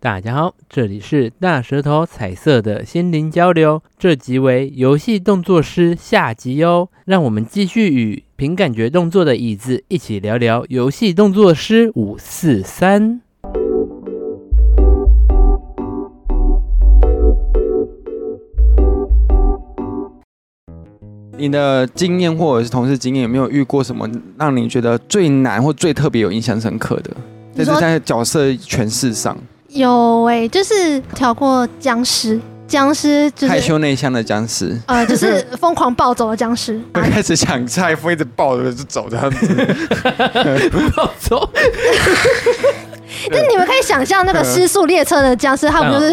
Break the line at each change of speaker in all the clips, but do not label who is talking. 大家好，这里是大舌头彩色的心灵交流，这集为游戏动作师下集哦。让我们继续与凭感觉动作的椅子一起聊聊游戏动作师五四三。
你的经验或者是同事经验，有没有遇过什么让你觉得最难或最特别有印象深刻的？
你
但
说
是在角色诠释上，
有哎、就是跳过僵尸，僵尸就
害
是
羞内向的僵尸
呃，就是疯狂暴走的僵 尸。
会开始抢菜，会一直抱着就走这样 子。
走，
但你们可以想象那个失速列车的僵尸，他们就是，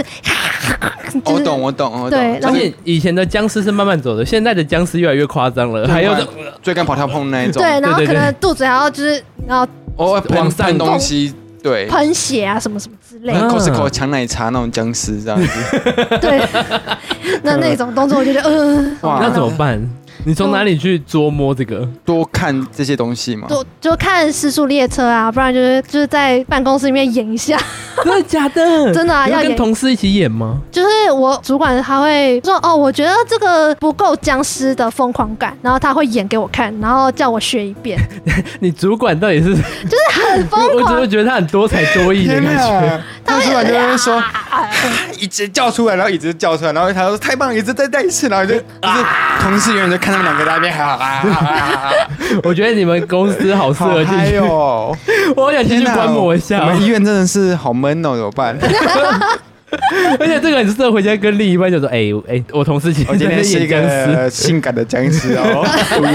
我
就是
哦懂，我懂，我
对
懂。
然
而
后
且以前的僵尸是慢慢走的，现在的僵尸越来越夸张了，
对
还有
慢追赶跑跳碰那一种，
对，然后
对对
可
对
能肚子还要就是然后
偶尔
往
喷
上
喷东西，对，
喷血啊什么什么之类
啊
的，
Costco 抢奶茶那种僵尸 这样子。
对，那那种动作我就觉得呃，
哇
那怎么办？你从哪里去捉摸这个？
多看这些东西嘛。
就就看失速列车啊，不然就是就是在办公室里面演一下，
真的假的？
真的啊
你要
要
跟
演
同事一起演吗？
就是我主管他会说哦，我觉得这个不够僵尸的疯狂感，然后他会演给我看，然后叫我学一遍，
你主管到底是？
很 疯
我只
狂
会，觉得他很多才多艺的感觉。！
他突然就会说， 椅子叫出来，然后椅子叫出来，然后他说太棒，了，椅子再带一次，然后就就是同事永远就看他们两个在那边，啊哈哈哈哈哈，
我觉得你们公司好适
好
合进
嗨
去，
哦！
我好想进去观摩一下
我
哦。
们医院真的是好闷哦，怎么办？
而且这个你适合回家跟另一半就说：“哎哎，我同事今
我今
在
天是
演
一
僵尸。
个性感的僵尸 哦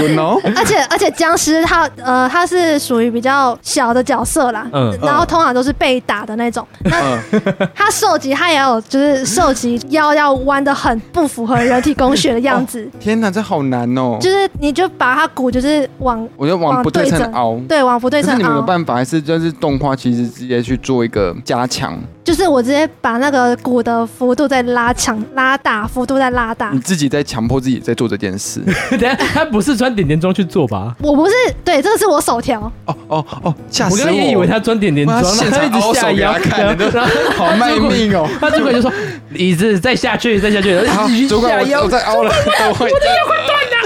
，You know？
而且而且僵尸他呃他是属于比较小的角色啦，
嗯
然后通常都是被打的那种。
嗯，
他受击他也有就是受击腰要弯的很不符合人体工学的样子，
天哪，这好难哦！
就是你就把他骨就是往
我就往不对称凹。
对往不对
可是
称
你们有
凹，
办法，还是就是动画其实直接去做一个加强？
就是我直接把那个骨的幅度再拉长拉大，幅度再拉大
你。自己在强迫自己在做这件事。”
等一下他不是穿点点装去做吧？
我不是对，这是我手条，
哦哦哦，吓
我
死
刚刚也以为他穿点点装，
我要
然后
现
他
场
一直下腰，
凹手给他看
然后然后
好卖命哦！
他主管就说：“椅子再下去，再下去，然后
好
继续，
啊主管
下
我
腰
我。再凹了， 我的腰快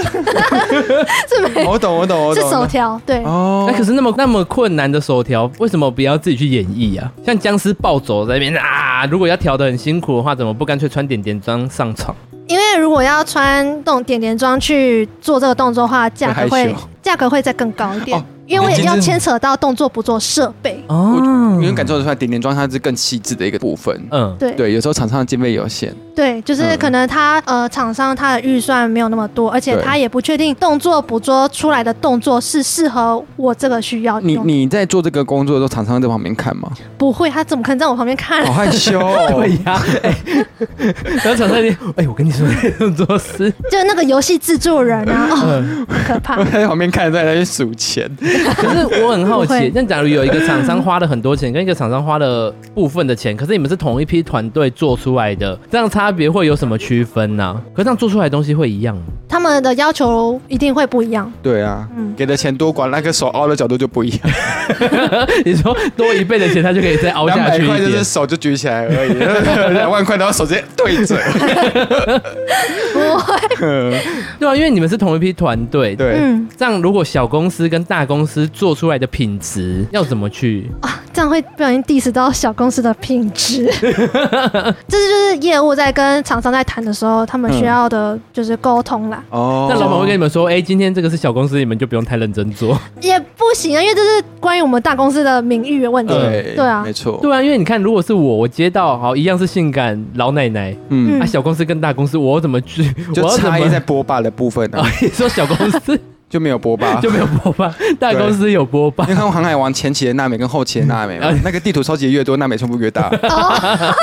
是没
断了。我懂，我懂，我
是
懂。
手条，对。
哦
哎那可是那么那么困难的手条，为什么不要自己去演绎啊？像僵尸暴走在那边啊，如果要调的很辛苦的话，怎么不干脆穿点点装上场？
因为如果要穿动点点装去做这个动作的话，价格
会害
会
羞
价格会再更高一点，
哦
因为我
你
也
今
要
天
牵扯到动作捕捉设备。
哦
你能感受得出来，点点装它是更细致的一个部分。
嗯，
对
对，有时候厂商的经费有限，
对，就是
嗯
可能他、呃厂商他的预算没有那么多，而且
对
他也不确定动作捕捉出来的动作是适合我这个需要
你
用。
你在做这个工作的时候，厂商在旁边看吗？
不会，他怎么可能在我旁边看？
好害羞哦
对 呀、哎然后厂商就哎，我跟你说 那种做事，
就那个游戏制作人 啊，哦，
嗯，
很可怕
我。在旁边看，在那边数钱。
可是我很好
不
奇
会，
那假如有一个厂商花了很多钱，跟一个厂商花了部分的钱，可是你们是同一批团队做出来的，这样差别会有什么区分呢、可是这样做出来的东西会一样吗？
他们的要求一定会不一 样。
对啊，
嗯
给的钱多寡，那个手凹的角度就不一 样。
你说多一倍的钱，他就可以再凹
两
下
百
去一
块就
点
是。手就举起来而已， 两万块然后手直接对 准。
对啊，因为你们是同一批团队，
对，
嗯，
这样如果小公司跟大公司做出来的品质要怎么去？
哦
这样会不小心 diss 到小公司的品 质。这就是业务在跟厂商在谈的时候，他们需要的就是沟通啦，
哦
那老板会跟你们说，哎、今天这个是小公司，你们就不用太认真做。
也不行啊，因为这是关于我们大公司的名誉的问题。
对
对啊
没错，
对啊，因为你看，如果是我，我接到好一样是性感老奶奶，
嗯
嗯
啊，小公司跟大公司，我怎么去？我
就
要怎
差
么
异在？波霸的部分
啊
啊，，
你说小公司
就没有波 霸。
就没有波 霸，
啊
大公司有波霸
你。看过《航海王》前期的娜美跟后期的娜美吗
啊？
那个地图收集越多，娜美胸部越 大。
哦，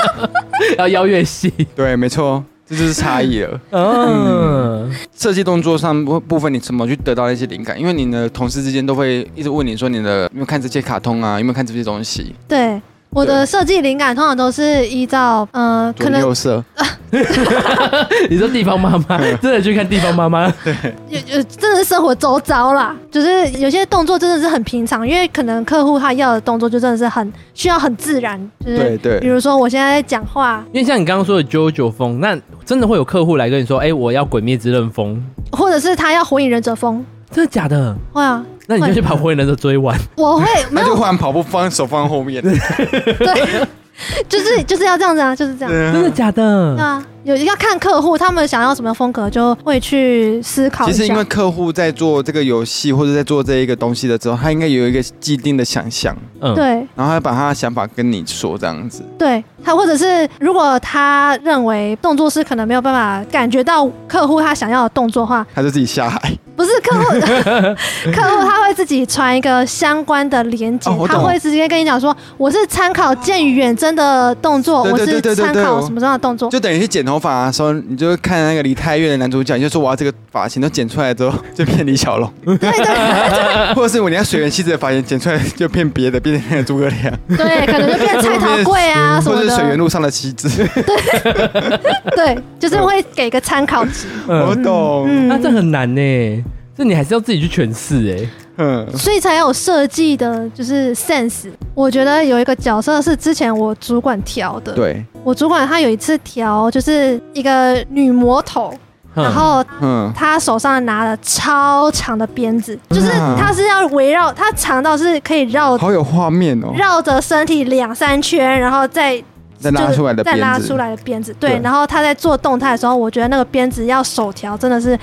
要邀越细。
对，没错，这就是差异 了。
嗯，
设计动作上部部分，你怎么去得到那些灵感？因为你的同事之间都会一直问你说你的有没有看这些卡通啊，有没有看这些东西？
对。我的设计灵感通常都是依照，呃，
左
可能
右色，
你说地方妈妈
嗯
真的去看地方妈妈，
有有真的是生活周遭啦，就是有些动作真的是很平常，因为可能客户他要的动作就真的是很需要很自然，就是
对对
比如说我现在在讲话，
因为像你刚刚说的 JoJo 风，那真的会有客户来跟你说，哎、我要《鬼灭之刃》风，
或者是他要火影忍者风，
真的假的？
会啊，
那你就去把《火影忍者》追完。
我会 没
他
有
就忽然跑步放手放后 面，
对，就是就是要这样子啊，就是这样。
嗯
真的假
对
的？
啊，有要看客户他们想要什么风格，就会去思考一
其
下。
实因为客户在做这个游戏或者在做这一个东西的时候，他应该有一个既定的想象，
嗯，
对
然后他把他的想法跟你说这样子。
对，他或者是如果他认为动作师可能没有办法感觉到客户他想要的动作的话，
他就自己下海
不是 客户，客户他会自己传一个相关的连接，
哦我
他
懂
会直接跟你讲说，我是参考剑与远征的动作，
对
我
对
是
对对对
参
对
考
我
什么样的动作，
就等于去剪头发的时候，你就看那个梨泰院的男主角，你就说我要这个发型，都剪出来之后 就变李小 龙，
对对
或者是我连水原希子的发型剪出来就变别的，变成那个诸葛亮，
对对，可能就 变菜头贵啊什
或
么
者是水源
的，
路上的妻子。
对，就是会给个参考值。
我
嗯，
懂，
那这
嗯，
很难呢，这你还是要自己去诠释哎。
嗯，
所以才有设计的，就是 sense。我觉得有一个角色是之前我主管调的，
对，
我主管他有一次调就是一个女魔头，
嗯
然后
嗯，
他手上拿了超长的鞭子，就是
啊
他是要围绕，他长到是可以绕
好有画面哦，
绕着身体两三圈，然后再
再拉出来的
再拉
辫
出
子，
来的鞭子。对，
对
然后他在做动态的时候，我觉得那个鞭子要手调真的是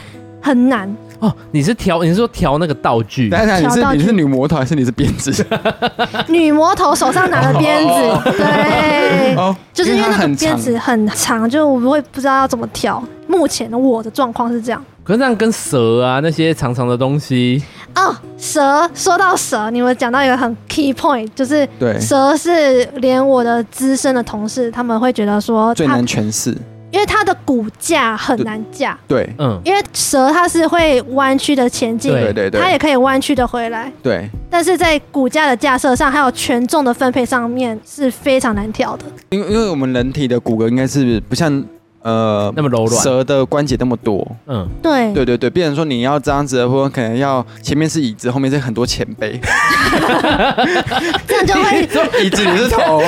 很难。
哦，你是调，你是说调那个道具？
等一下，你
挑到
是你
去
是女魔头还是你是辫子？
女魔头手上拿的鞭
哦
子，对，
哦，
就是因为
它
那个
很
鞭
长，
子很长，就我会不知道要怎么调。目前的我的状况是这样。
可是这样跟蛇啊那些长长的东西，
哦，蛇，说到蛇，你们讲到一个很 key point，就是
对，
蛇是连我的资深的同事，他们会觉得说
最
它
难，诠释，
因为它的骨架很难架，
对
嗯，
因为蛇它是会弯曲的前进，
对
对对对
它也可以弯曲的回来，
对，
但是在骨架的架设上，还有权重的分配上面是非常难调的。
因为因为我们人体的骨骼应该是不像呃
那么柔软，
蛇的关节那么多。
嗯，
对，
对对对，变成说你要这样子的话，可能要前面是椅子，后面是很多前辈。
这样就会。
椅子你是头，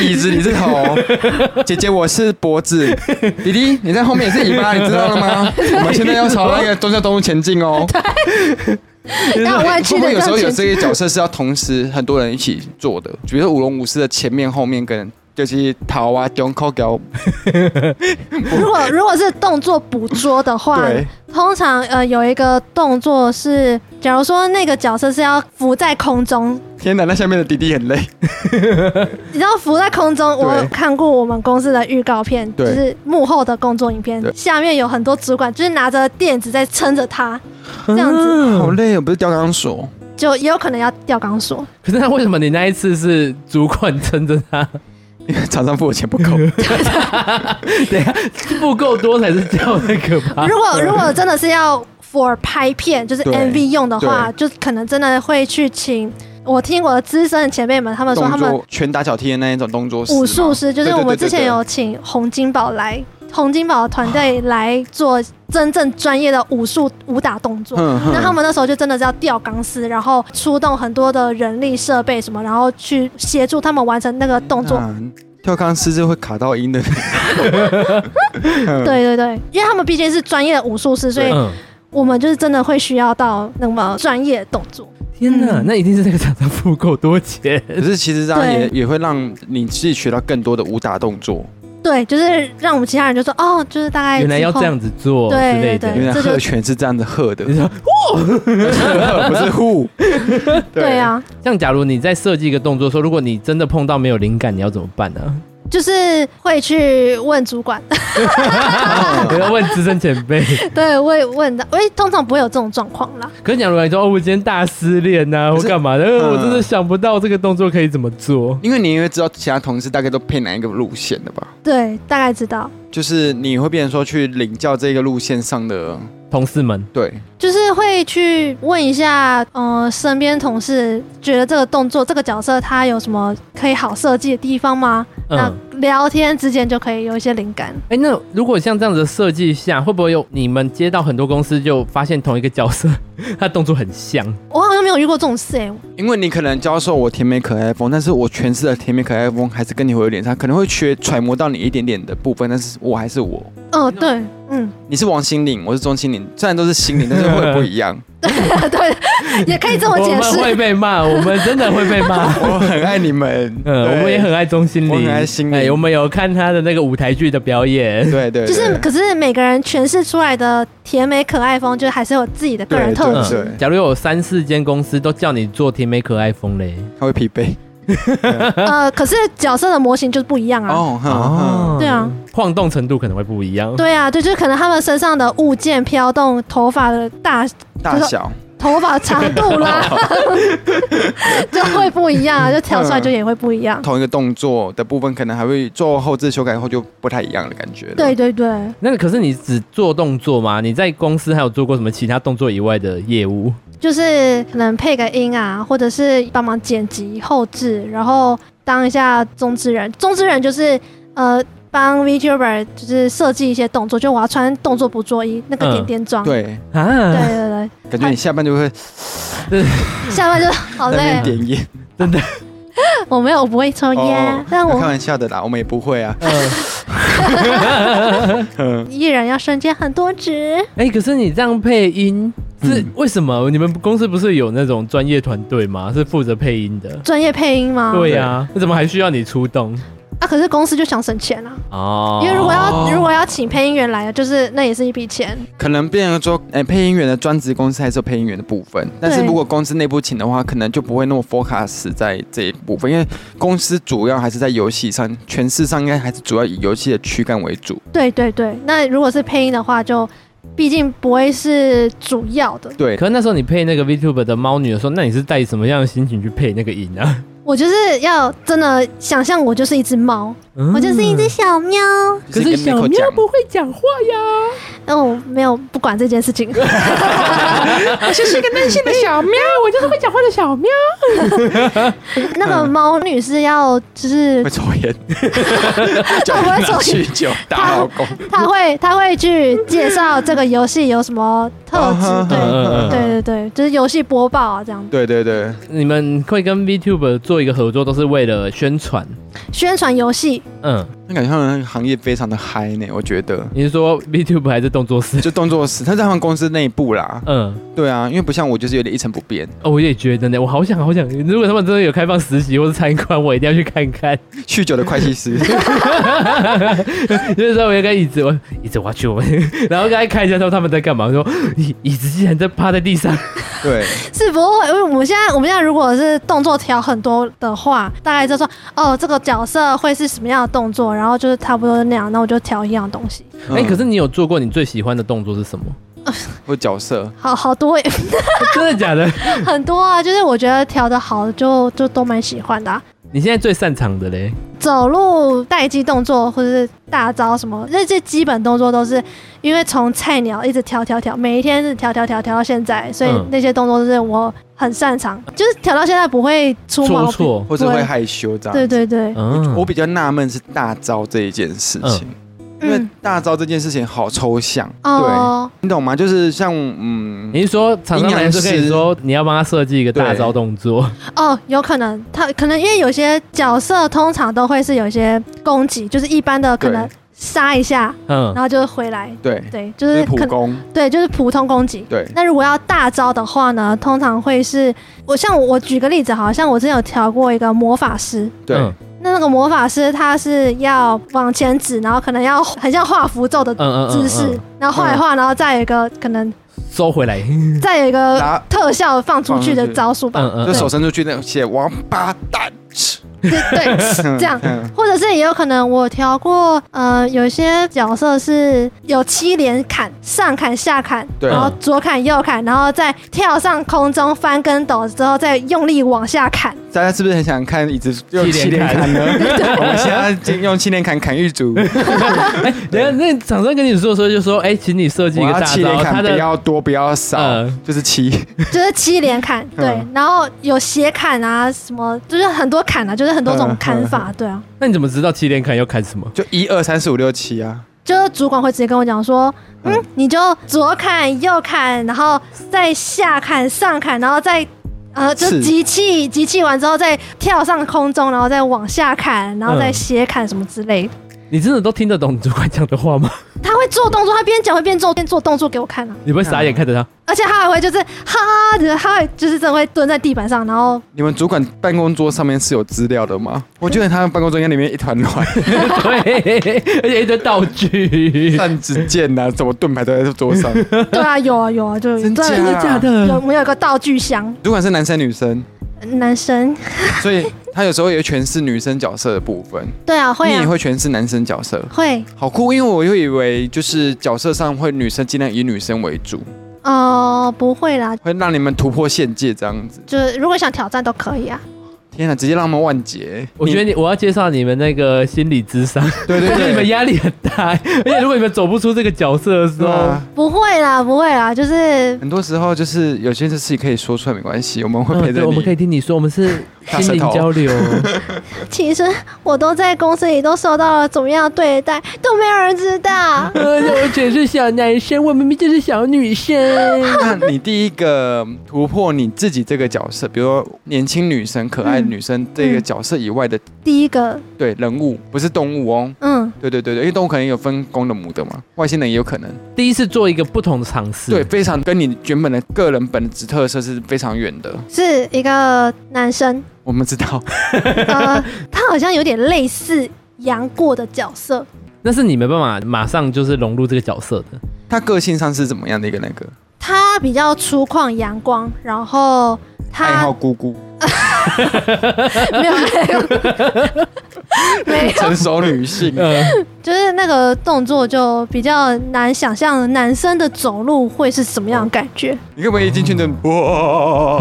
椅子你是头，姐姐我是脖子，弟弟你在后面也是尾巴，你知道了 吗？我们现在要朝那个宗教动物前进哦。
那弯曲
会不会有
的这
时
样
候有
前
这
进，
些角色是要同时很多人一起做的？比如说舞龙舞狮的前面、后面跟就是桃啊、中口角，
如果如果是动作捕捉的话，
对
通常呃有一个动作是，假如说那个角色是要浮在空中，
天哪，那下面的弟弟很累。
你知道浮在空中，我
对
看过我们公司的预告片，就
对
是幕后的工作影片，
对
下面有很多主管就是拿着垫子在撑 着他，这样子
嗯
好累哦，不是吊钢 索，
就也有可能要吊钢索。
可是那为什么你那一次是主管撑着他？
因为厂商付我钱不够。
等一下 不够多才是叫那个吧？
如果如果真的是要 for 拍片，就是
啊对
MV 用的话，就可能真的会去请。我听我的资深的前辈们，他们说他
动
们
作拳打脚踢的那一种动作师吗，
武术师，就是
对
我们之前有，请洪金宝来，洪金宝的团队来做真正专业的武术武打动作。
嗯
那他们那时候就真的是要吊钢丝，然后出动很多的人力设备什么，然后去协助他们完成那个动作。
啊跳钢丝是会卡到 音的，嗯
对对对，因为他们毕竟是专业的武术师，所以
嗯，
我们就是真的会需要到那么专业的动作。
天哪，那一定是那个厂商付够多钱。
可是其实这样也
对
也会让你自己学到更多的武打动作，
对，就是让我们其他人就说哦，就是大概
原来要
之
这
后
样子做之
对
类
对
的
对。
原来
这就
鹤拳是这样子喝 的，
你说
不是护，
对，啊，
像假如你在设计一个动作的时候，如果你真的碰到没有灵感，你要怎么办呢、啊
就是会去问主管，
你要问资深前 辈。
对，会问的，因为通常不会有这种状况啦。
可是假如你说哦，我今天大失恋呐、或
可是
干嘛的，呃
嗯
我真的想不到这个动作可以怎么做。
因为你也会知道其他同事大概都配哪一个路线的吧。
对，大概知道，
就是你会变成说去领教这个路线上的，
同事们，
对，
就是会去问一下，呃，身边同事觉得这个动作、这个角色他有什么可以好设计的地方吗？
嗯，
那聊天之间就可以有一些灵感。
哎、那如果像这样子的设计下，会不会有你们接到很多公司就发现同一个角色， 他动作很像？
我好像没有遇过这种事哎、
因为你可能教授我甜美可爱风，但是我诠释的甜美可爱风还是跟你会有点差，可能会缺揣摩到你一点点的部分，但是我还是我。
嗯、对，嗯，
你是王心凌，我是钟心凌，虽然都是心凌，但是会不一样。
对，也可以这么
我
解
们
释。
会被骂，我们真的会被 骂。
呃
我很爱你们，
嗯，
对
我们也很爱钟欣凌，
我很爱心凌
哎，我们有看他的那个舞台剧的表 演。
对对，
就是，
对
可是每个人诠释出来的甜美可爱风，就还是有自己的个人
对
特
对
质。
嗯假如有三四间公司都叫你做甜美可爱风嘞，
他会疲惫。
呃，可是角色的模型就不一样啊。
哦，哼哼
对啊，
晃动程度可能会不一样。
对啊，对，就是可能他们身上的物件飘动、头发的大、
大小，
头发长度啦， 就会不一样啊，就调出来就也会不一样。
同一个动作的部分，可能还会做后置修改后就不太一样的感觉了。
对对对，
那个可是你只做动作吗？你在公司还有做过什么其他动作以外的业务？
就是可能配个音啊，或者是帮忙剪辑、后置，然后当一下中之人。中之人就是呃，帮 VTuber 就是设计一些动作，就我要穿动作捕捉衣那个
嗯
点点装。
对，嗯
啊，
对对对，
感觉你下班就会
下班就好
在那
累啊
边。点烟。
我没有，我不会抽烟，但
开
我
玩笑的啦，我们也不会啊。
嗯
嗯，
艺人要身兼很多职。
哎、可是你这样配音是、
嗯
为什么？你们公司不是有那种专业团队吗？是负责配音的。
专业配音
啊
吗？
对呀、那怎么还需要你出动？
啊，可是公司就想省钱啊，
哦
因为如果要、
哦
如果要请配音员来，就是那也是一笔钱。
可能变成说，哎、配音员的专职公司还是有配音员的部分，但是
对
如果公司内部请的话，可能就不会那么 focus 在这一部分，因为公司主要还是在游戏上，诠释上应该还是主要以游戏的躯干为主。
对对对，那如果是配音的话，就毕竟不会是主要的。
对，
可是那时候你配那个 VTuber 的猫女的时候，那你是带什么样的心情去配那个音啊？
我就是要真的想象我就是一只猫，嗯
嗯
我就是一只小喵。
可
就是是
小
跟 Nico
喵
讲
不会讲话呀。
但我哦没有不管这件事 情，我哦就是一个内心的小喵。
我就是会讲话的小喵。
那个猫女是要就是
会抽烟，
她不会抽
酗
烟，
酒，打老公，
她会她会去介绍这个游戏有什么特质，对
嗯嗯
对对对，就是游戏播报啊这样子。
对对对，
嗯你们会跟 VTuber 做一个合作，都是为了宣传。
宣传游戏，
嗯，
那感觉他们那个行业非常的嗨呢，我觉得。
你是说 VTuber 还是动作师？
就动作死，他在他们公司内部啦，
嗯，
对啊，因为不像我，就是有点一成不变，
哦，我也觉得呢，我好想好想，如果他们真的有开放实习或是参观，我一定要去看看。
酗酒的会 计师，
就是说，我有个椅子，我椅子我要去我们， 然后刚才看一下说他们在干嘛，说 椅椅子竟然在趴在地上。
对，
是不会，因为我们现在我们现在如果是动作调很多的话，大概就说哦，这个角色会是什么样的动作，然后就是差不多那样，那我就调一样的东西，
嗯
哎、可是你有做过你最喜欢的动作是 什么？
或角色，
好好多
真的假的？
很多啊，就是我觉得调的好就就都蛮喜欢的啊、
你现在最擅长的嘞？
走路待机动作或者是大招什么，那些基本动作都是因为从菜鸟一直调调调，每一天是调调调调到现在，所以
嗯
那些动作都是我很擅长，就是调到现在不会出毛
出
病。
错？
或者会害羞这样。
对对对，
嗯
我比较纳闷是大招这一件事情，因为
嗯，
大招这件事情好抽象，对，
哦。
你懂吗？就是像嗯，
你是说厂商来就跟你说你要帮他设计一个大招动作？
哦，有可能，他可能因为有些角色通常都会是有一些攻击，就是一般的可能杀一下，
嗯
然后就回来，
对，
对，就
就是是普
可能
攻，
对，就是普通攻击。
对，
那如果要大招的话呢，通常会是我像我我举个例子，好像我之前有调过一个魔法师，
对，
嗯
那那个魔法师他是要往前指，然后可能要很像画符咒的
嗯嗯嗯
姿势，
嗯
然后画一画，然后再有一个可能
收回 来。
再有一
拿
个特效放出去的
放出去
招数吧，
嗯嗯
就
嗯
手伸出去那写王八蛋，
对对，这样
嗯
或者是也有可能我调过，呃，有些角色是有七连砍，上砍下砍，
对
然后左砍右砍，然后再跳上空中翻跟斗之后，再用力往下 砍。
大家是不是很想看椅子用
七
七
连
连
砍
砍呢？ 我们现在今用七连砍砍狱卒，
哎，等一下那厂商跟你说的时候就说，哎，请你 设计一
我
个
要
大
七连
招，他
砍，不
的
要多不要少
嗯，
就是七。
就是七连砍，对
嗯，
然后有斜砍啊，什么就是很多砍啊，就是很多种砍
嗯
法，对啊，
那你怎么知道七连砍要砍什么？
就一二三四五六七啊，
就是主管会直接跟我讲说，嗯
嗯，
你就左砍右砍，然后再下砍上砍，然后再呃，就是集气集气完之后再跳上空中，然后再往下砍，然后再
嗯
斜砍什么之类的。
你真的都听得懂你主管讲的话吗？
他会做动作，他边讲会边做边做动作给我看啊，
你不会傻眼
嗯
看着他？
而且他还会就是哈，就是他会就是真的会蹲在地板上，然后
你们主管办公桌上面是有资料的吗？我觉得他们办公桌应该里面一团乱，
对，而且一堆道 具，
弹指剑呐、啊，怎么盾牌都在桌 上。
对啊，有啊有啊，就
真
对
假
真的假的？
有我们有一个道具箱，
主管是男生 女生，
男生
所以他有时候也诠释女生角色的部分，
对啊会
你也
啊
会诠释男生角色，
会
好酷。因为我又以为就是角色上会女生尽量以女生为主，
哦、不会啦，
会让你们突破限界这样子。
就是如果想挑战都可以啊。
天哪，直接让他们万劫！
我觉得你我要介绍你们那个心理智商，
你对对
因为
对，
你们压力很大，而且如果你们走不出这个角色的时
是
候，
啊，
不会啦，不会啦，就是
很多时候就是有些事情可以说出来没关系，我们会
嗯，
陪着
对，
你。
我们可以听你说，我们是
大
心
舌
灵
头
交流，。
其实我都在公司里都受到了怎么样的对待，都没有人知道
呃 我只是小男生，我明明就是小女生。
那你第一个突破你自己这个角色，比如说年轻女生、可爱女生这
嗯
个角色以外的，
第一个，
对人物不是动物哦。
嗯，
对对对对，因为动物可能有分公的母的嘛，外星人也有可能。
第一次做一个不同的尝试，
对，，非常跟你原本的个人本质特色是非常远的。
是一个男生，
我们知道，
呃，他好像有点类似杨过的角色，
那是你没办法马上就是融入这个角色的。
他个性上是怎么样的一个那个
他比较粗犷阳光，然后
爱
他
好姑姑，
没有没有 没有，
成熟女性。
呃，
就是那个动作就比较难想象男生的走路会是什么样的感觉。
你会不会一进去就 哇？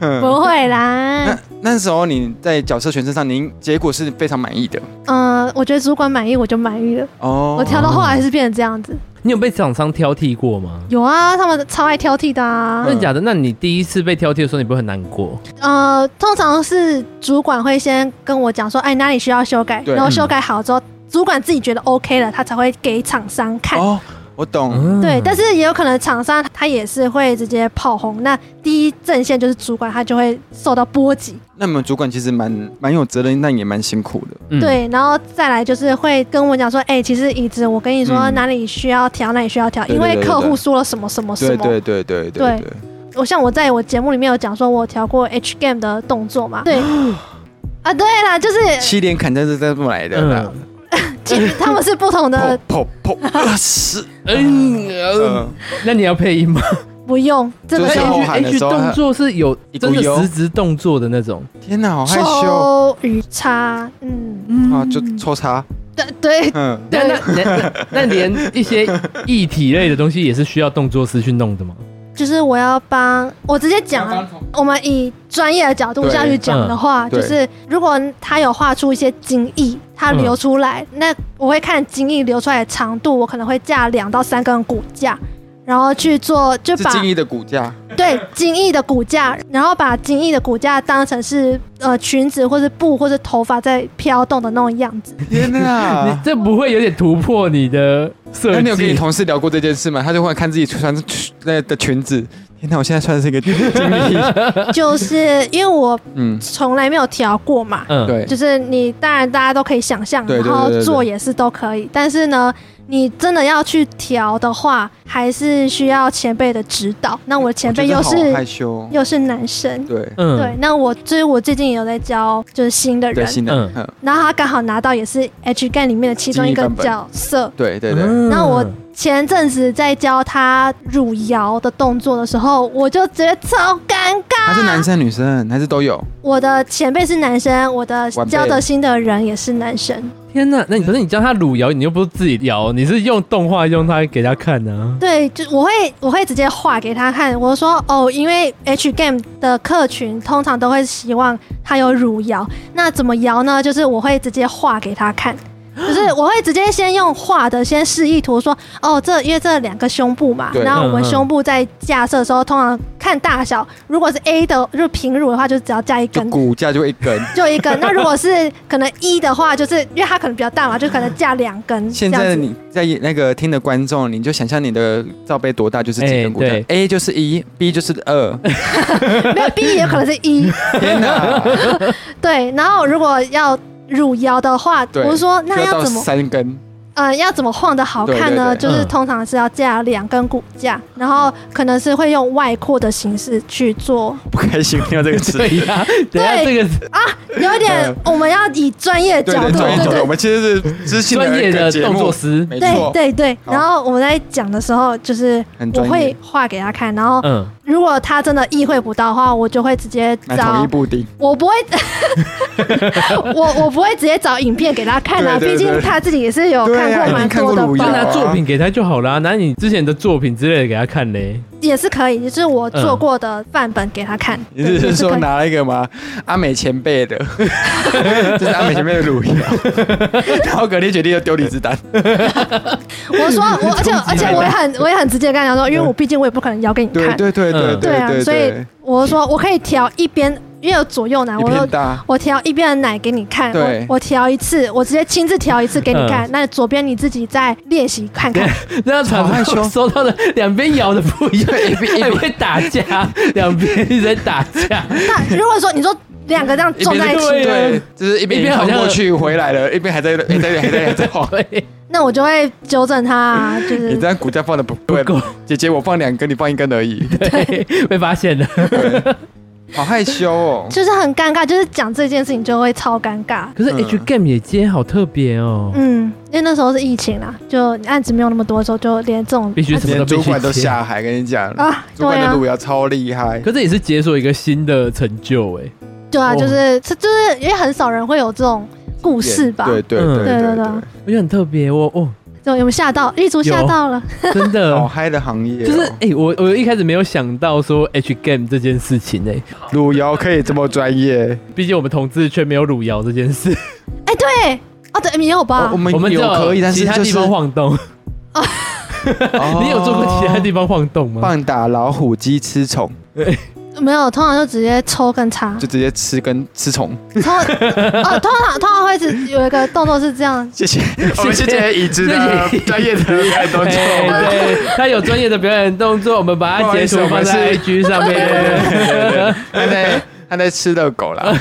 嗯，
不会啦
那，那时候你在角色诠释上，您结果是非常满意的
嗯，我觉得主管满意我就满意了。
哦。
我调到后来是变成这样子。
你有被厂商挑剔过吗？
有啊，他们超爱挑剔的
呃
啊
嗯
真。的假的？那你第一次被挑剔的时候，你不会很难过？
呃，通常是主管会先跟我讲说，哎，哪里需要修改，
对
然后修改好之后，主管自己觉得 OK 了，他才会给厂商看。
哦，我懂。
嗯，
对，但是也有可能厂商他也是会直接炮轰，那第一阵线就是主管，他就会受到波及，
那你们主管其实蛮蛮有责任，但也蛮辛苦的。
嗯，
对，然后再来就是会跟我讲说，哎、其实椅子我跟你说
嗯
哪里需要调，哪里需要调，
对
因为
对对
客户
对
说了什么什么什
对
么，
对对对
对
对。
我像我在我节目里面有讲说，我调过 H game 的动作嘛，对， 啊，对啦，就是
七连砍战是这么来的啦。
嗯
其实他们是不同的，
砰砰 砰！啊是，
嗯，呃
嗯，
那你要配音吗？
不用这个
就是哦
就
后喊的
H
时候
动作是有
一股
真的
油
实质动作的那种，
天哪，好害羞
抽鱼叉，嗯，
啊！就抽查，
对对
嗯，
那那那那那连一些议题类的东西也是需要动作师去弄的吗？
就是我要帮我直接讲啊，我们以专业的角度
对
下去讲的话，
嗯
就
对
是如果他有画出一些精液，它流出来，那我会看精液流出来的长度，我可能会架两到三根骨架，然后去做，就是把
精益的骨 架，
对精益的骨架，然后把精益的骨架当成是呃裙子或是布或是头发在飘动的那种样 子。
天
你
哪！
这不会有点突破你的
啊那
设
你有跟你
计？
同事聊过这件事吗？他就会看自己穿那的裙子，天哪！我现在穿的是一个精 益，
嗯
就是因为我
嗯，
从来没有调过嘛，
嗯，
对
就，是你当然大家都可以想象，
对对对
然后
对对
做也是都可以，但是呢，你真的要去调的话，还是需要前辈的指导。那我的前辈又
我觉得好
是
害羞，
又是男生，
对
嗯，
对，那我就是我最近也有在教就是新的
对
人，
新的，
嗯
嗯，
然后他刚好拿到也是 H g a 里面的其中一
精
个
益版本
角色，
对对对，
嗯
那我前阵子在教他汝窑的动作的时候，我就觉得超尴尬。
他是男生女生还是都有？
我的前辈是男生，我的
晚辈
教的新的人也是男生。
天呐，那你可是你教他乳摇，你又不是自己摇，你是用动画用它给他看啊 呢、
对，就我会我会直接画给他看，我说哦，因为 H game 的客群通 常都会希望他有汝窑，那怎么摇呢？就是我会直接画给他看。就是我会直接先用画的先示意图说，哦，这因为这两个胸部嘛，
对
然后我
嗯
们
嗯
胸部在架设的时候，通常看大小，如果是 A 的，就是平乳的话，就只要架一
就
根。
骨架就一根。
就一 根，那如果是可能一的话，就是因为它可能比较大嘛，就可能架两根。
现
这
在
样子
你在那个听的观众，你就想象你的罩杯多大，就是几根骨架
哎对。
A 就是一，B 就是二。
没有 B 也可能是一，
天哪，
对。然后如果要乳摇的话，
对
我是说
就
那
要
要
到
怎么
三根。
呃，要怎么晃的好看呢？
对对
对
就是
嗯
通常是要架两根骨架，然后可能是会用外扩的形式去做，
不开心听到这个词。
对呀、等一下这个
有一点我们要以专业
对嗯
角
对
度，
专业角度，
对
我们其实是知性
专业
一个
的
节
动
目
作，师，
没
对
错，
对对。
好
然后我们在讲的时候，就是
很
我
专
会
业。
画给他看，然后
嗯，
如果他真的意会不到的话，我就会直接
买
找
统一布丁，
我不会， 我我不会直接找影片给他看啊，
对对
毕
对
竟他自己也是有
对啊
看
已
过
经
蛮
看
多
过
的
鲁豫
吧，
就
了
拿作品给他就好啦，拿你之前的作品之类的给他看嘞。
也是可以，就是我做过的范本给他看。
嗯你
对
是
就是
说
可 以
拿一个吗？阿美前辈的，这是阿美前辈的乳液，然后格力决定要丢李子丹，
我说我，而且而且我也很我也很直接跟他讲说，因为我毕竟我也不可能摇给你
对
看，
对对对
嗯
对啊，
对
所以
对，
我说我可以调一边，因为有左右奶，
一
我说
片大，
我调一边的奶给你看，
对嗯
我我调一次，我直接亲自调一次给你看，那左边你自己再练习看看。
那场
好害羞
收到的两边摇的不一样，
对一边
还会打架，两边一直在打架，
那如果说你说两个这样撞在一
一边
起，
对
对，就是一
一
边
边好
冲
像
过去回来了，一边还在还在还 在还在晃。
对，
那我就会纠正他啊，就
你
是
这样骨架放的不
不
对，
够，
姐姐我放两根，你放一根 而已，
对，被发现了。
好害羞哦。
就是很尴尬，就是讲这件事情就会超尴尬。
可是
嗯
H Game 也接好特别哦，
嗯，因为那时候是疫情啦，就案子没有那么多的时候，就连这种
必须什么
连
都必
主
须
管都
接。
下海，跟你讲，
啊，
主
对
管的
啊
乳，牙超厉害。
可这也是解锁一个新的成就哎，
对啊，
哦
就是这就是因为很少人会有这种故事吧？
对对
嗯
对
啊对对
对对。
对
我觉得很特别哦哦，
就有没有吓到？立足吓到了，
真的
好嗨的行业哦，
就是哎、欸我我一开始没有想到说 H game 这件事情哎、
汝窑可以这么专业，
毕竟我们同志却没有乳窑这件事，
哎，对，哦对，你有吧？
们
我们只
有可以，但是
其他
就
地
是
方晃动。
哦
你有做过其他地方晃动吗？
棒打老虎鸡吃虫，
没有，通常就直接抽跟插，
就直接吃跟吃虫。
抽哦，通常通常会是有一个动作是这样，
谢谢，我们谢谢已知的
谢谢
专业的 表演动作。
哎 对，他有专业的表演动作，我们把它截图
不好
放
意思我
在
们是
IG 上 面。
他在他在吃热狗啦，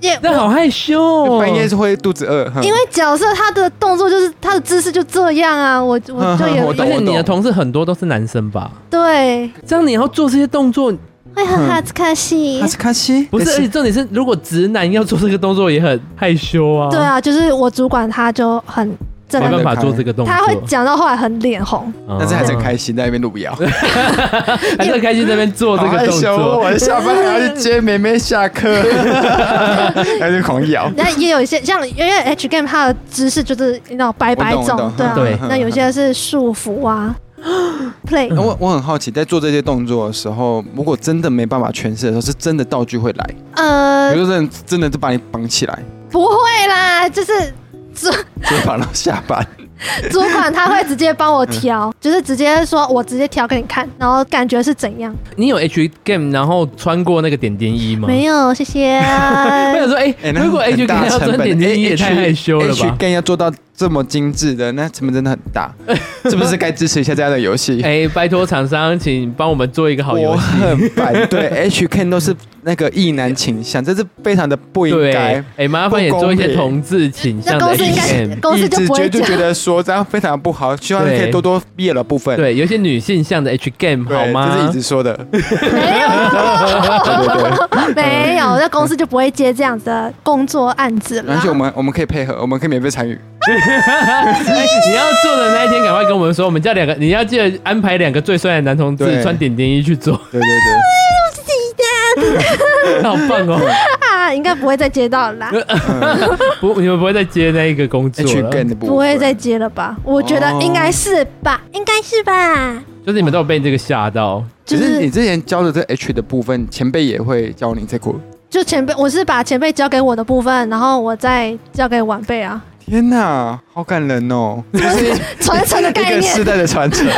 也
那好害羞哦，
半夜是会肚子饿，哼
因为角色他的动作就是他的姿势就这样啊，我
嗯
我就
我
有
而
懂
且你的同事很多都是男生吧？
对，
这样你要做这些动作，
会
嗯
很哈斯看戏
他。是卡西，
不是？而且重点是，如果直男要做这个动作也很害羞啊。
对，啊，就是我主管他就很这
没
个，
办法做这个动作。
他会讲到后来很脸红，
嗯，
但是还是很开心在那边路遥，
还是开心在那边做哦这
好
个
害
动
羞
作
哦，。我下班还要去接妹妹 下课，还是狂咬。
那也有一些像因为 H game 它的姿势就是那种白白
我懂我
种
懂，
对啊，
对
那有些是束 缚啊，play
嗯
那我我很好奇，在做这些动作的时候，如果真的没办法诠释的时候，是真的道具会来，
呃
比如说真的真的就把你绑起来，
不会啦，就是
直接绑到下 班。
主管他会直接帮我调，
嗯
就是直接说我直接调给你看，然后感觉是怎样？
你有 H game，然后穿过那个点点衣吗？
没有，谢谢。啊
我想说，哎、
哎，那
如果
很
H
大
game 要
成
穿
本
点点衣
哎
也太
H-
害羞了吧
H？更要做到这么精致的，那成本真的很大， 是不是该支持一下这样的游戏？
哎、拜托厂商，请帮我们做一个好游
我
戏。
很反 对 H K 都是那个意男倾向，这是非常的不应
对，
该
哎。、麻烦也做一些同志倾向
那
的
公司应
H
该
game。
公司就
一直
不会
绝对
讲
觉得说这样非常不好，希望你可
对
以多多毕业的部分。
对，有一些女性向的 H game
对，
好
这是
吗
一？直说的。
没
对对对。
有
嗯
没有，那公司就不会接这样子的工作案子
而
了
且。我们我们可以配合，我们可以免费参与。
哎你要做的那一天，赶快跟我们说，我们叫两个，你要记得安排两个最帅的男同志
对
穿点点衣去做，
对对对，
好棒哦！
啊，应该不会再接到 了啦，
不，你们不会再接那一个工作
H
了，
K 的部分
不会再接了吧？我觉得应该是吧，应该是吧。
就是你们都有被这个吓到，
只
就是
你
是
之前教的这 H 的部分，前辈也会教你这个。
就前辈，我是把前辈交给我的部分，然后我再交给晚辈啊。
天哪，好感人哦！这是一
传承的概
个世
念，
代的传承，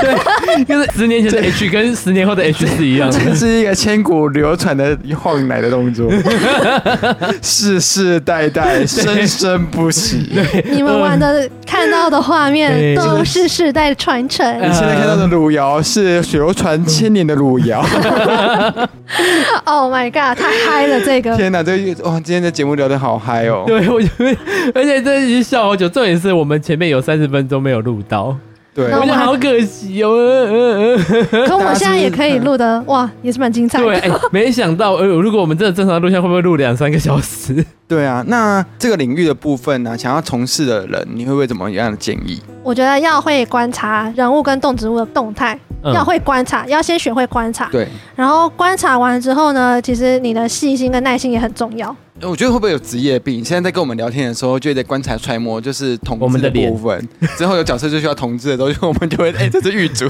就是十年前的 H 跟十年后的 H 是一样的。
这是一个千古流传的晃奶的 动作，世世代代生生不息。
你们玩的看到的画面
对
都是世代传承
你现在看到的汝窑是流传
嗯
千年的汝 窑。
，Oh my god，太嗨了这 个。
天哪，这个哇，今天的节目聊得好嗨哦！
对，我就会，而且这已经笑好久。重点是我们前面有三十分钟没有录到，
对
那
我觉
我们
得好可惜哦。呃呃呃
可我们现在也可以录的，哇，也是蛮精彩
对，
的。
哎 没想到，呃，如果我们真的正常录像，会不会录两三个小时？
对啊，那这个领域的部分呢、想要从事的人，你会不会怎么样的建议？
我觉得要会观察人物跟动植物的动态，
嗯
要会观察，要先学会观察。
对，
然后观察完之后呢，其实你的细心跟耐心也很重 要。
我觉得会不会有职业病？现在在跟我们聊天的时候，就在观察揣摩，就是同
我们
志
的脸
部分。之后有角色就需要同志的时候，就我们就会哎、这 是狱卒。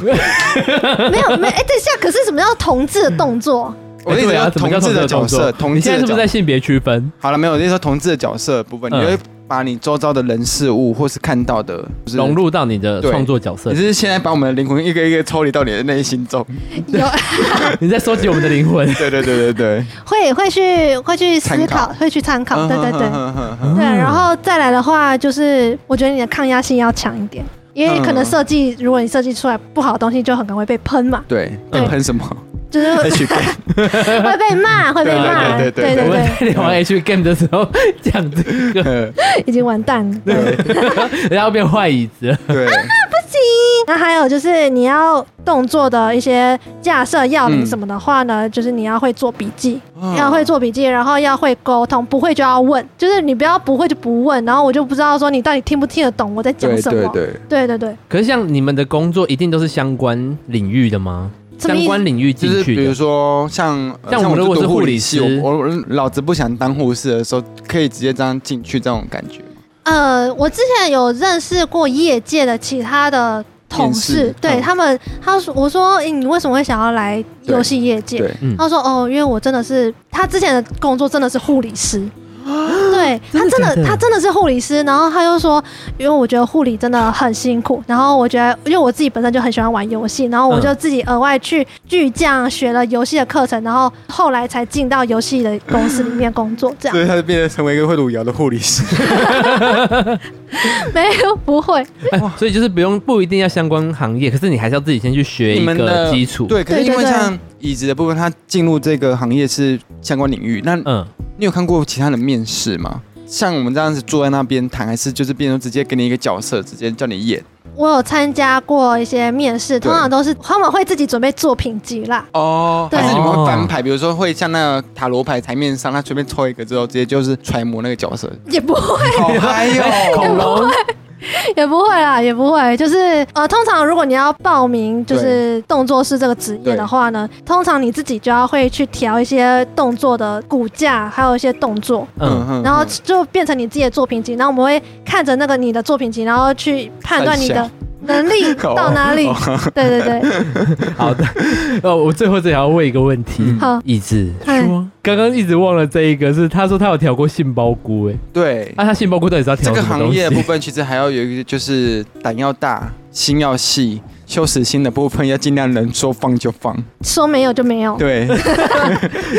没有，没有哎，等一下，可是什么叫同志的动 作？
我的意思
对啊
是
怎么叫
同志的角色，
动作嗯你
同志
现在是
的
不
角
是在性别区分？
好了没有？我的意思是同志的角色的部分，
嗯
你就会把你周遭的人事物或是看到的，就是
融。入到你的
对
创作角色
你，是现在把我们的灵魂一个一个抽离到你的内心中。
有
你在收集我们的灵魂。
对对对对对，
会会去会去思
参
考，
考嗯
会去参考。对对对。
对。
对，
嗯
然后再来的话，就是我觉得你的抗压性要强一点，因为可能
嗯
设计，如果你设计出来不好的东西，就很可能会被喷嘛，
对，
嗯
在喷 什么
就是会
？H 片，
会被骂，会被骂。
对对 对
对
对
我们在
对，
聊完 H game 的时候讲这个，
嗯
已经完蛋了。
对
人家要变坏椅子了。
对，
那还有就是你要动作的一些架设、要
嗯
领什么的话呢，就是你要会做笔记，要会做笔记，然后要会沟通，不会就要问，就是你不要不会就不问，然后我就不知道说你到底听不听得懂我在讲
对
什么。
对对，
对对对
可是像你们的工作一定都是相关领域的吗？
什么意
相
思
关领域进
就是
去
比如
的，
说像呃
像我
我
如果
就
是
读
护
护
理
系
师
我我老子不想当护士的时候，可以直接这样进去这种感觉。
呃，我之前有认识过业界的其他的同
面
事
试，嗯
对他们，他说我说、诶你为什么会想要来游戏业界？
对，
嗯
他说：“哦，因为我真的是他之前的工作真的是护理师，对
啊真
他
的
真
假
的
的
他真的是护理师。然后他又说，因为我觉得护理真的很辛苦，然后我觉得因为我自己本身就很喜欢玩游戏，然后我就自己额外去巨匠学了游戏的课程，然后后来才进到游戏的公司里面工作。这样
所以他就变成成为一个会路遥的护理师。
没有不会，
哎所以就是不用不一定要相关行业，可是你还是要自己先去学
你
一
们
个
的
基础。，
对，可是
对
因为
对对
像椅子的部分，他进入这个行业是相关领域。那
嗯，
你有看过其他人面试吗？像我们这样子坐在那边谈，还是就是变成直接给你一个角色，直接叫你演？
我有参加过一些面试，
对
通常都是他们会自己准备作品集啦。
哦，
对
还是你们会翻牌？比如说会像那个塔罗牌台面上，他随便抽一个之后，直接就是揣摩那个角色。
也不会，
好嗨
哎
哟！
恐龙，
也不会啦，也不会。就是呃，通常如果你要报名就是动作师这个职业的话呢，通常你自己就要会去调一些动作的骨架，还有一些动作，
嗯，
嗯
然后就变成你自己的作品集。然后我们会看着那个你的作品集，然后去判断你的
看哦
能力到哪 里。对对对，
好的。呃，我最后只想要问一个问题，
嗯
好，
椅子
哎
说刚刚一直忘了这一个是他说他有调过杏鲍菇，哎，
对，
那他杏鲍菇到底是要
这
调
个
什么
行
东西
业？的部分其实还要有一个就是胆要大，心要细，羞耻心的部分要尽量能说放就放。
说没有就没有。
对，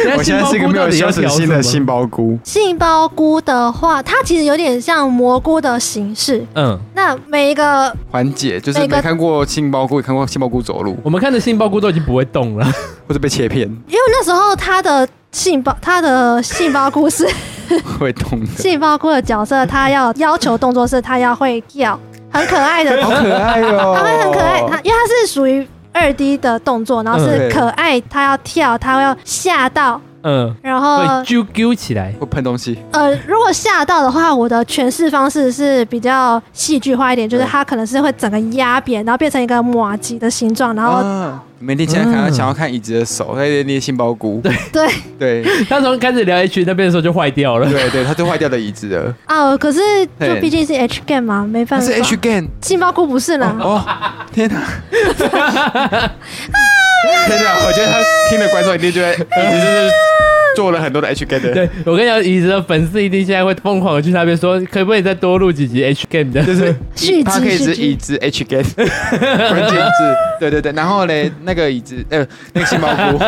那
我
杏
现在
鲍
是一个
菇
没
到
有
底要
羞耻
调
心
什么
的杏鲍菇。
杏鲍菇的话，它其实有点像蘑菇的形式。
嗯，
那每一个
环节，就是
每个
没看过杏鲍菇，也看过杏鲍菇走路
我们看着杏鲍菇都已经不会动 了，
或者被切片
因为那时候他的杏鲍他的杏鲍菇 是
会痛的，
杏鲍菇的角色，他要要求动作是他要会跳，很可爱 的，
好可爱哦哟、
他会很可爱，他因为他是属于二 D 的动作，然后是
嗯
可爱，他要跳，他要吓到，
嗯，
然
会
后
揪揪起来。
会喷东西，
呃，如果吓到的话，我的诠释方式是比较戏剧化一点，就是
对
他可能是会整个压扁，然后变成一个马吉的形状，然后、
啊，每天现在看，想要看椅子的手，他在捏杏鲍菇，对
对
对
他从开始聊 H 那边的时候就坏掉了。
对对，他就坏掉的椅子 了，
啊，可是就
对
毕竟是 H game 嘛，没办
他
法
是，H gan
杏鲍菇不是啦。
哦，天 哪！
啊 哎
天哪！我觉得他听的观众一定觉得椅子就是做了很多的 H G 的，
对我跟你讲，椅子的粉丝一定现在会疯狂的去那边说，可不可以再多录几集 H game 的？
就是
续集
它可以
续
指
集
椅子 H G 关键字，对对对，然后嘞那个椅子呃那个杏鲍菇，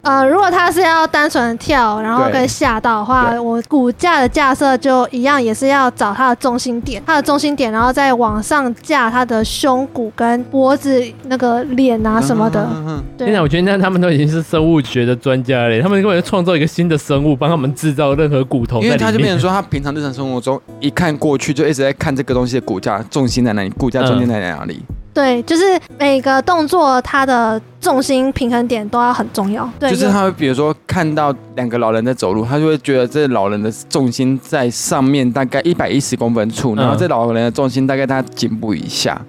呃，如果他是要单纯跳，然后
对
跟吓到的话，
对
我骨架的架设就一样，也是要找它的中心点，它的中心点，然后再往上架它的胸骨跟脖子、那个脸啊什么的。
嗯，嗯
现在
对，
我觉得那他们都已经是生物学的专家了，他们根本就创造一个新的生物，帮他们制造任何骨头
嗯因为
在
他就
里面
变成。说，他平常日常生活中一看过去就一直在看这个东西的骨架重心在哪里，骨架重心在哪里，
对，就是每个动作它的重心平衡点都要很重要。对，
就是
有
他会比如说看到两个老人在走路，他就会觉得这老人的重心在上面大概一百一十公分
嗯
处，然后这老人的重心大概在他颈部以下。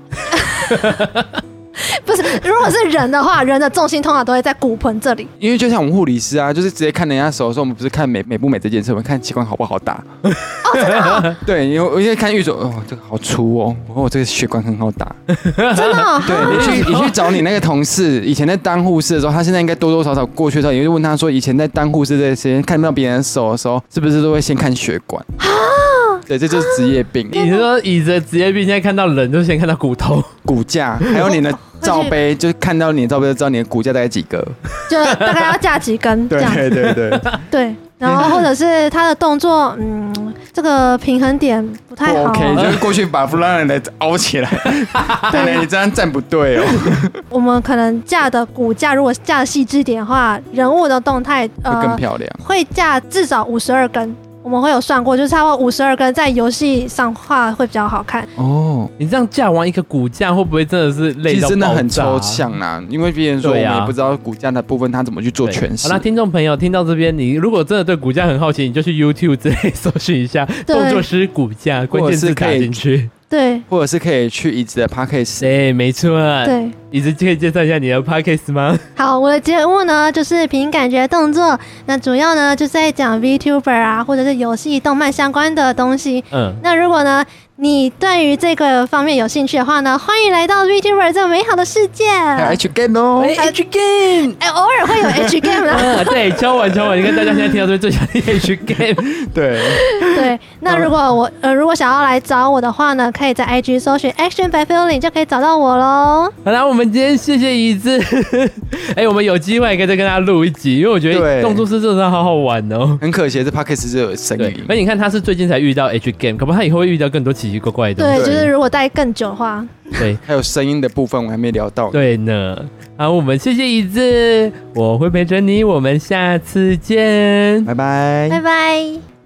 不是，如果是人的话，人的重心通常都会在骨盆这里。
因为就像我们护理师啊，就是直接看人家手的时候，我们不是看美美不美这件事，我们看器官好不好打。
哦
对，因为我因为看玉手，哦，这个好粗哦，不过我这个血管很好打。
真的、哦，
对
哈
你去你去找你那个同事，以前在当护士的时候，他现在应该多多少少过去的时候，也就问他说，以前在当护士这时间看到别人的手的时候，是不是都会先看血管？对，这就是职业病，
你是说椅子的职业病，现在看到人就先看到骨头，
骨架，还有你的罩杯，就是看到你的罩杯就知道你的骨架大概几个。
就大概要架 几根这样子。
对对，
对，然后或者是他的动作，嗯，这个平衡点不太
不
好。啊
OK，就是过去把弗拉人的凹起 来，对，你这样站不对哦。
我们可能架的骨架，如果架的细致一点的话，人物的动态
会更
呃
漂亮。
会架至少五十二根。我们会有算过，就是差不多五十二根，在游戏上画会比较好看。
哦，
你这样架完一个骨架，会不会真的是累
其
到
实真的很
爆炸
抽象啊，因为别人说我
对
们
啊
也不知道骨架的部分它怎么去做
对
诠释
好。那听众朋友听到这边，你如果真的对骨架很好奇，你就去 YouTube 之类搜寻一下动作师骨架，关键字打进去。
对
或者是可以去椅子的 p a c k a g e
对，没错。
对，
椅子可以介绍一下你的 Podcast 吗？
好，我的节目呢就是凭感觉动作，那主要呢就是在讲 VTuber 啊，或者是游戏、动漫相关的东西。
嗯，
那如果呢，你对于这个方面有兴趣的话呢，欢迎来到 VTuber 这美好的世界。
还有
哎、
H game 哦。
，H Game。
偶尔会有 H game 啦。
啊，对，敲完敲完，你看大家现在听到最最想听 H Game，
对，
对， 那如果我呃如果想要来找我的话呢，可以在 IG 搜寻 Action by Feeling 就可以找到我喽。
好啦，我们今天谢谢椅子， 哎、我们有机会可以再跟大家录一集，因为我觉得
对
动作师真的好好玩哦。
很可惜这 p a c k a g e 只有声
对
音，。
而且你看他是最近才遇到 H Game，可不好他以后会遇到更多奇奇怪怪的东
对，
西。
就是如果待更久的话，
对
还有声音的部分我还没聊到，
对呢，好，我们谢谢椅子，我会陪着你，我们下次见。
拜拜
哎拜。拜。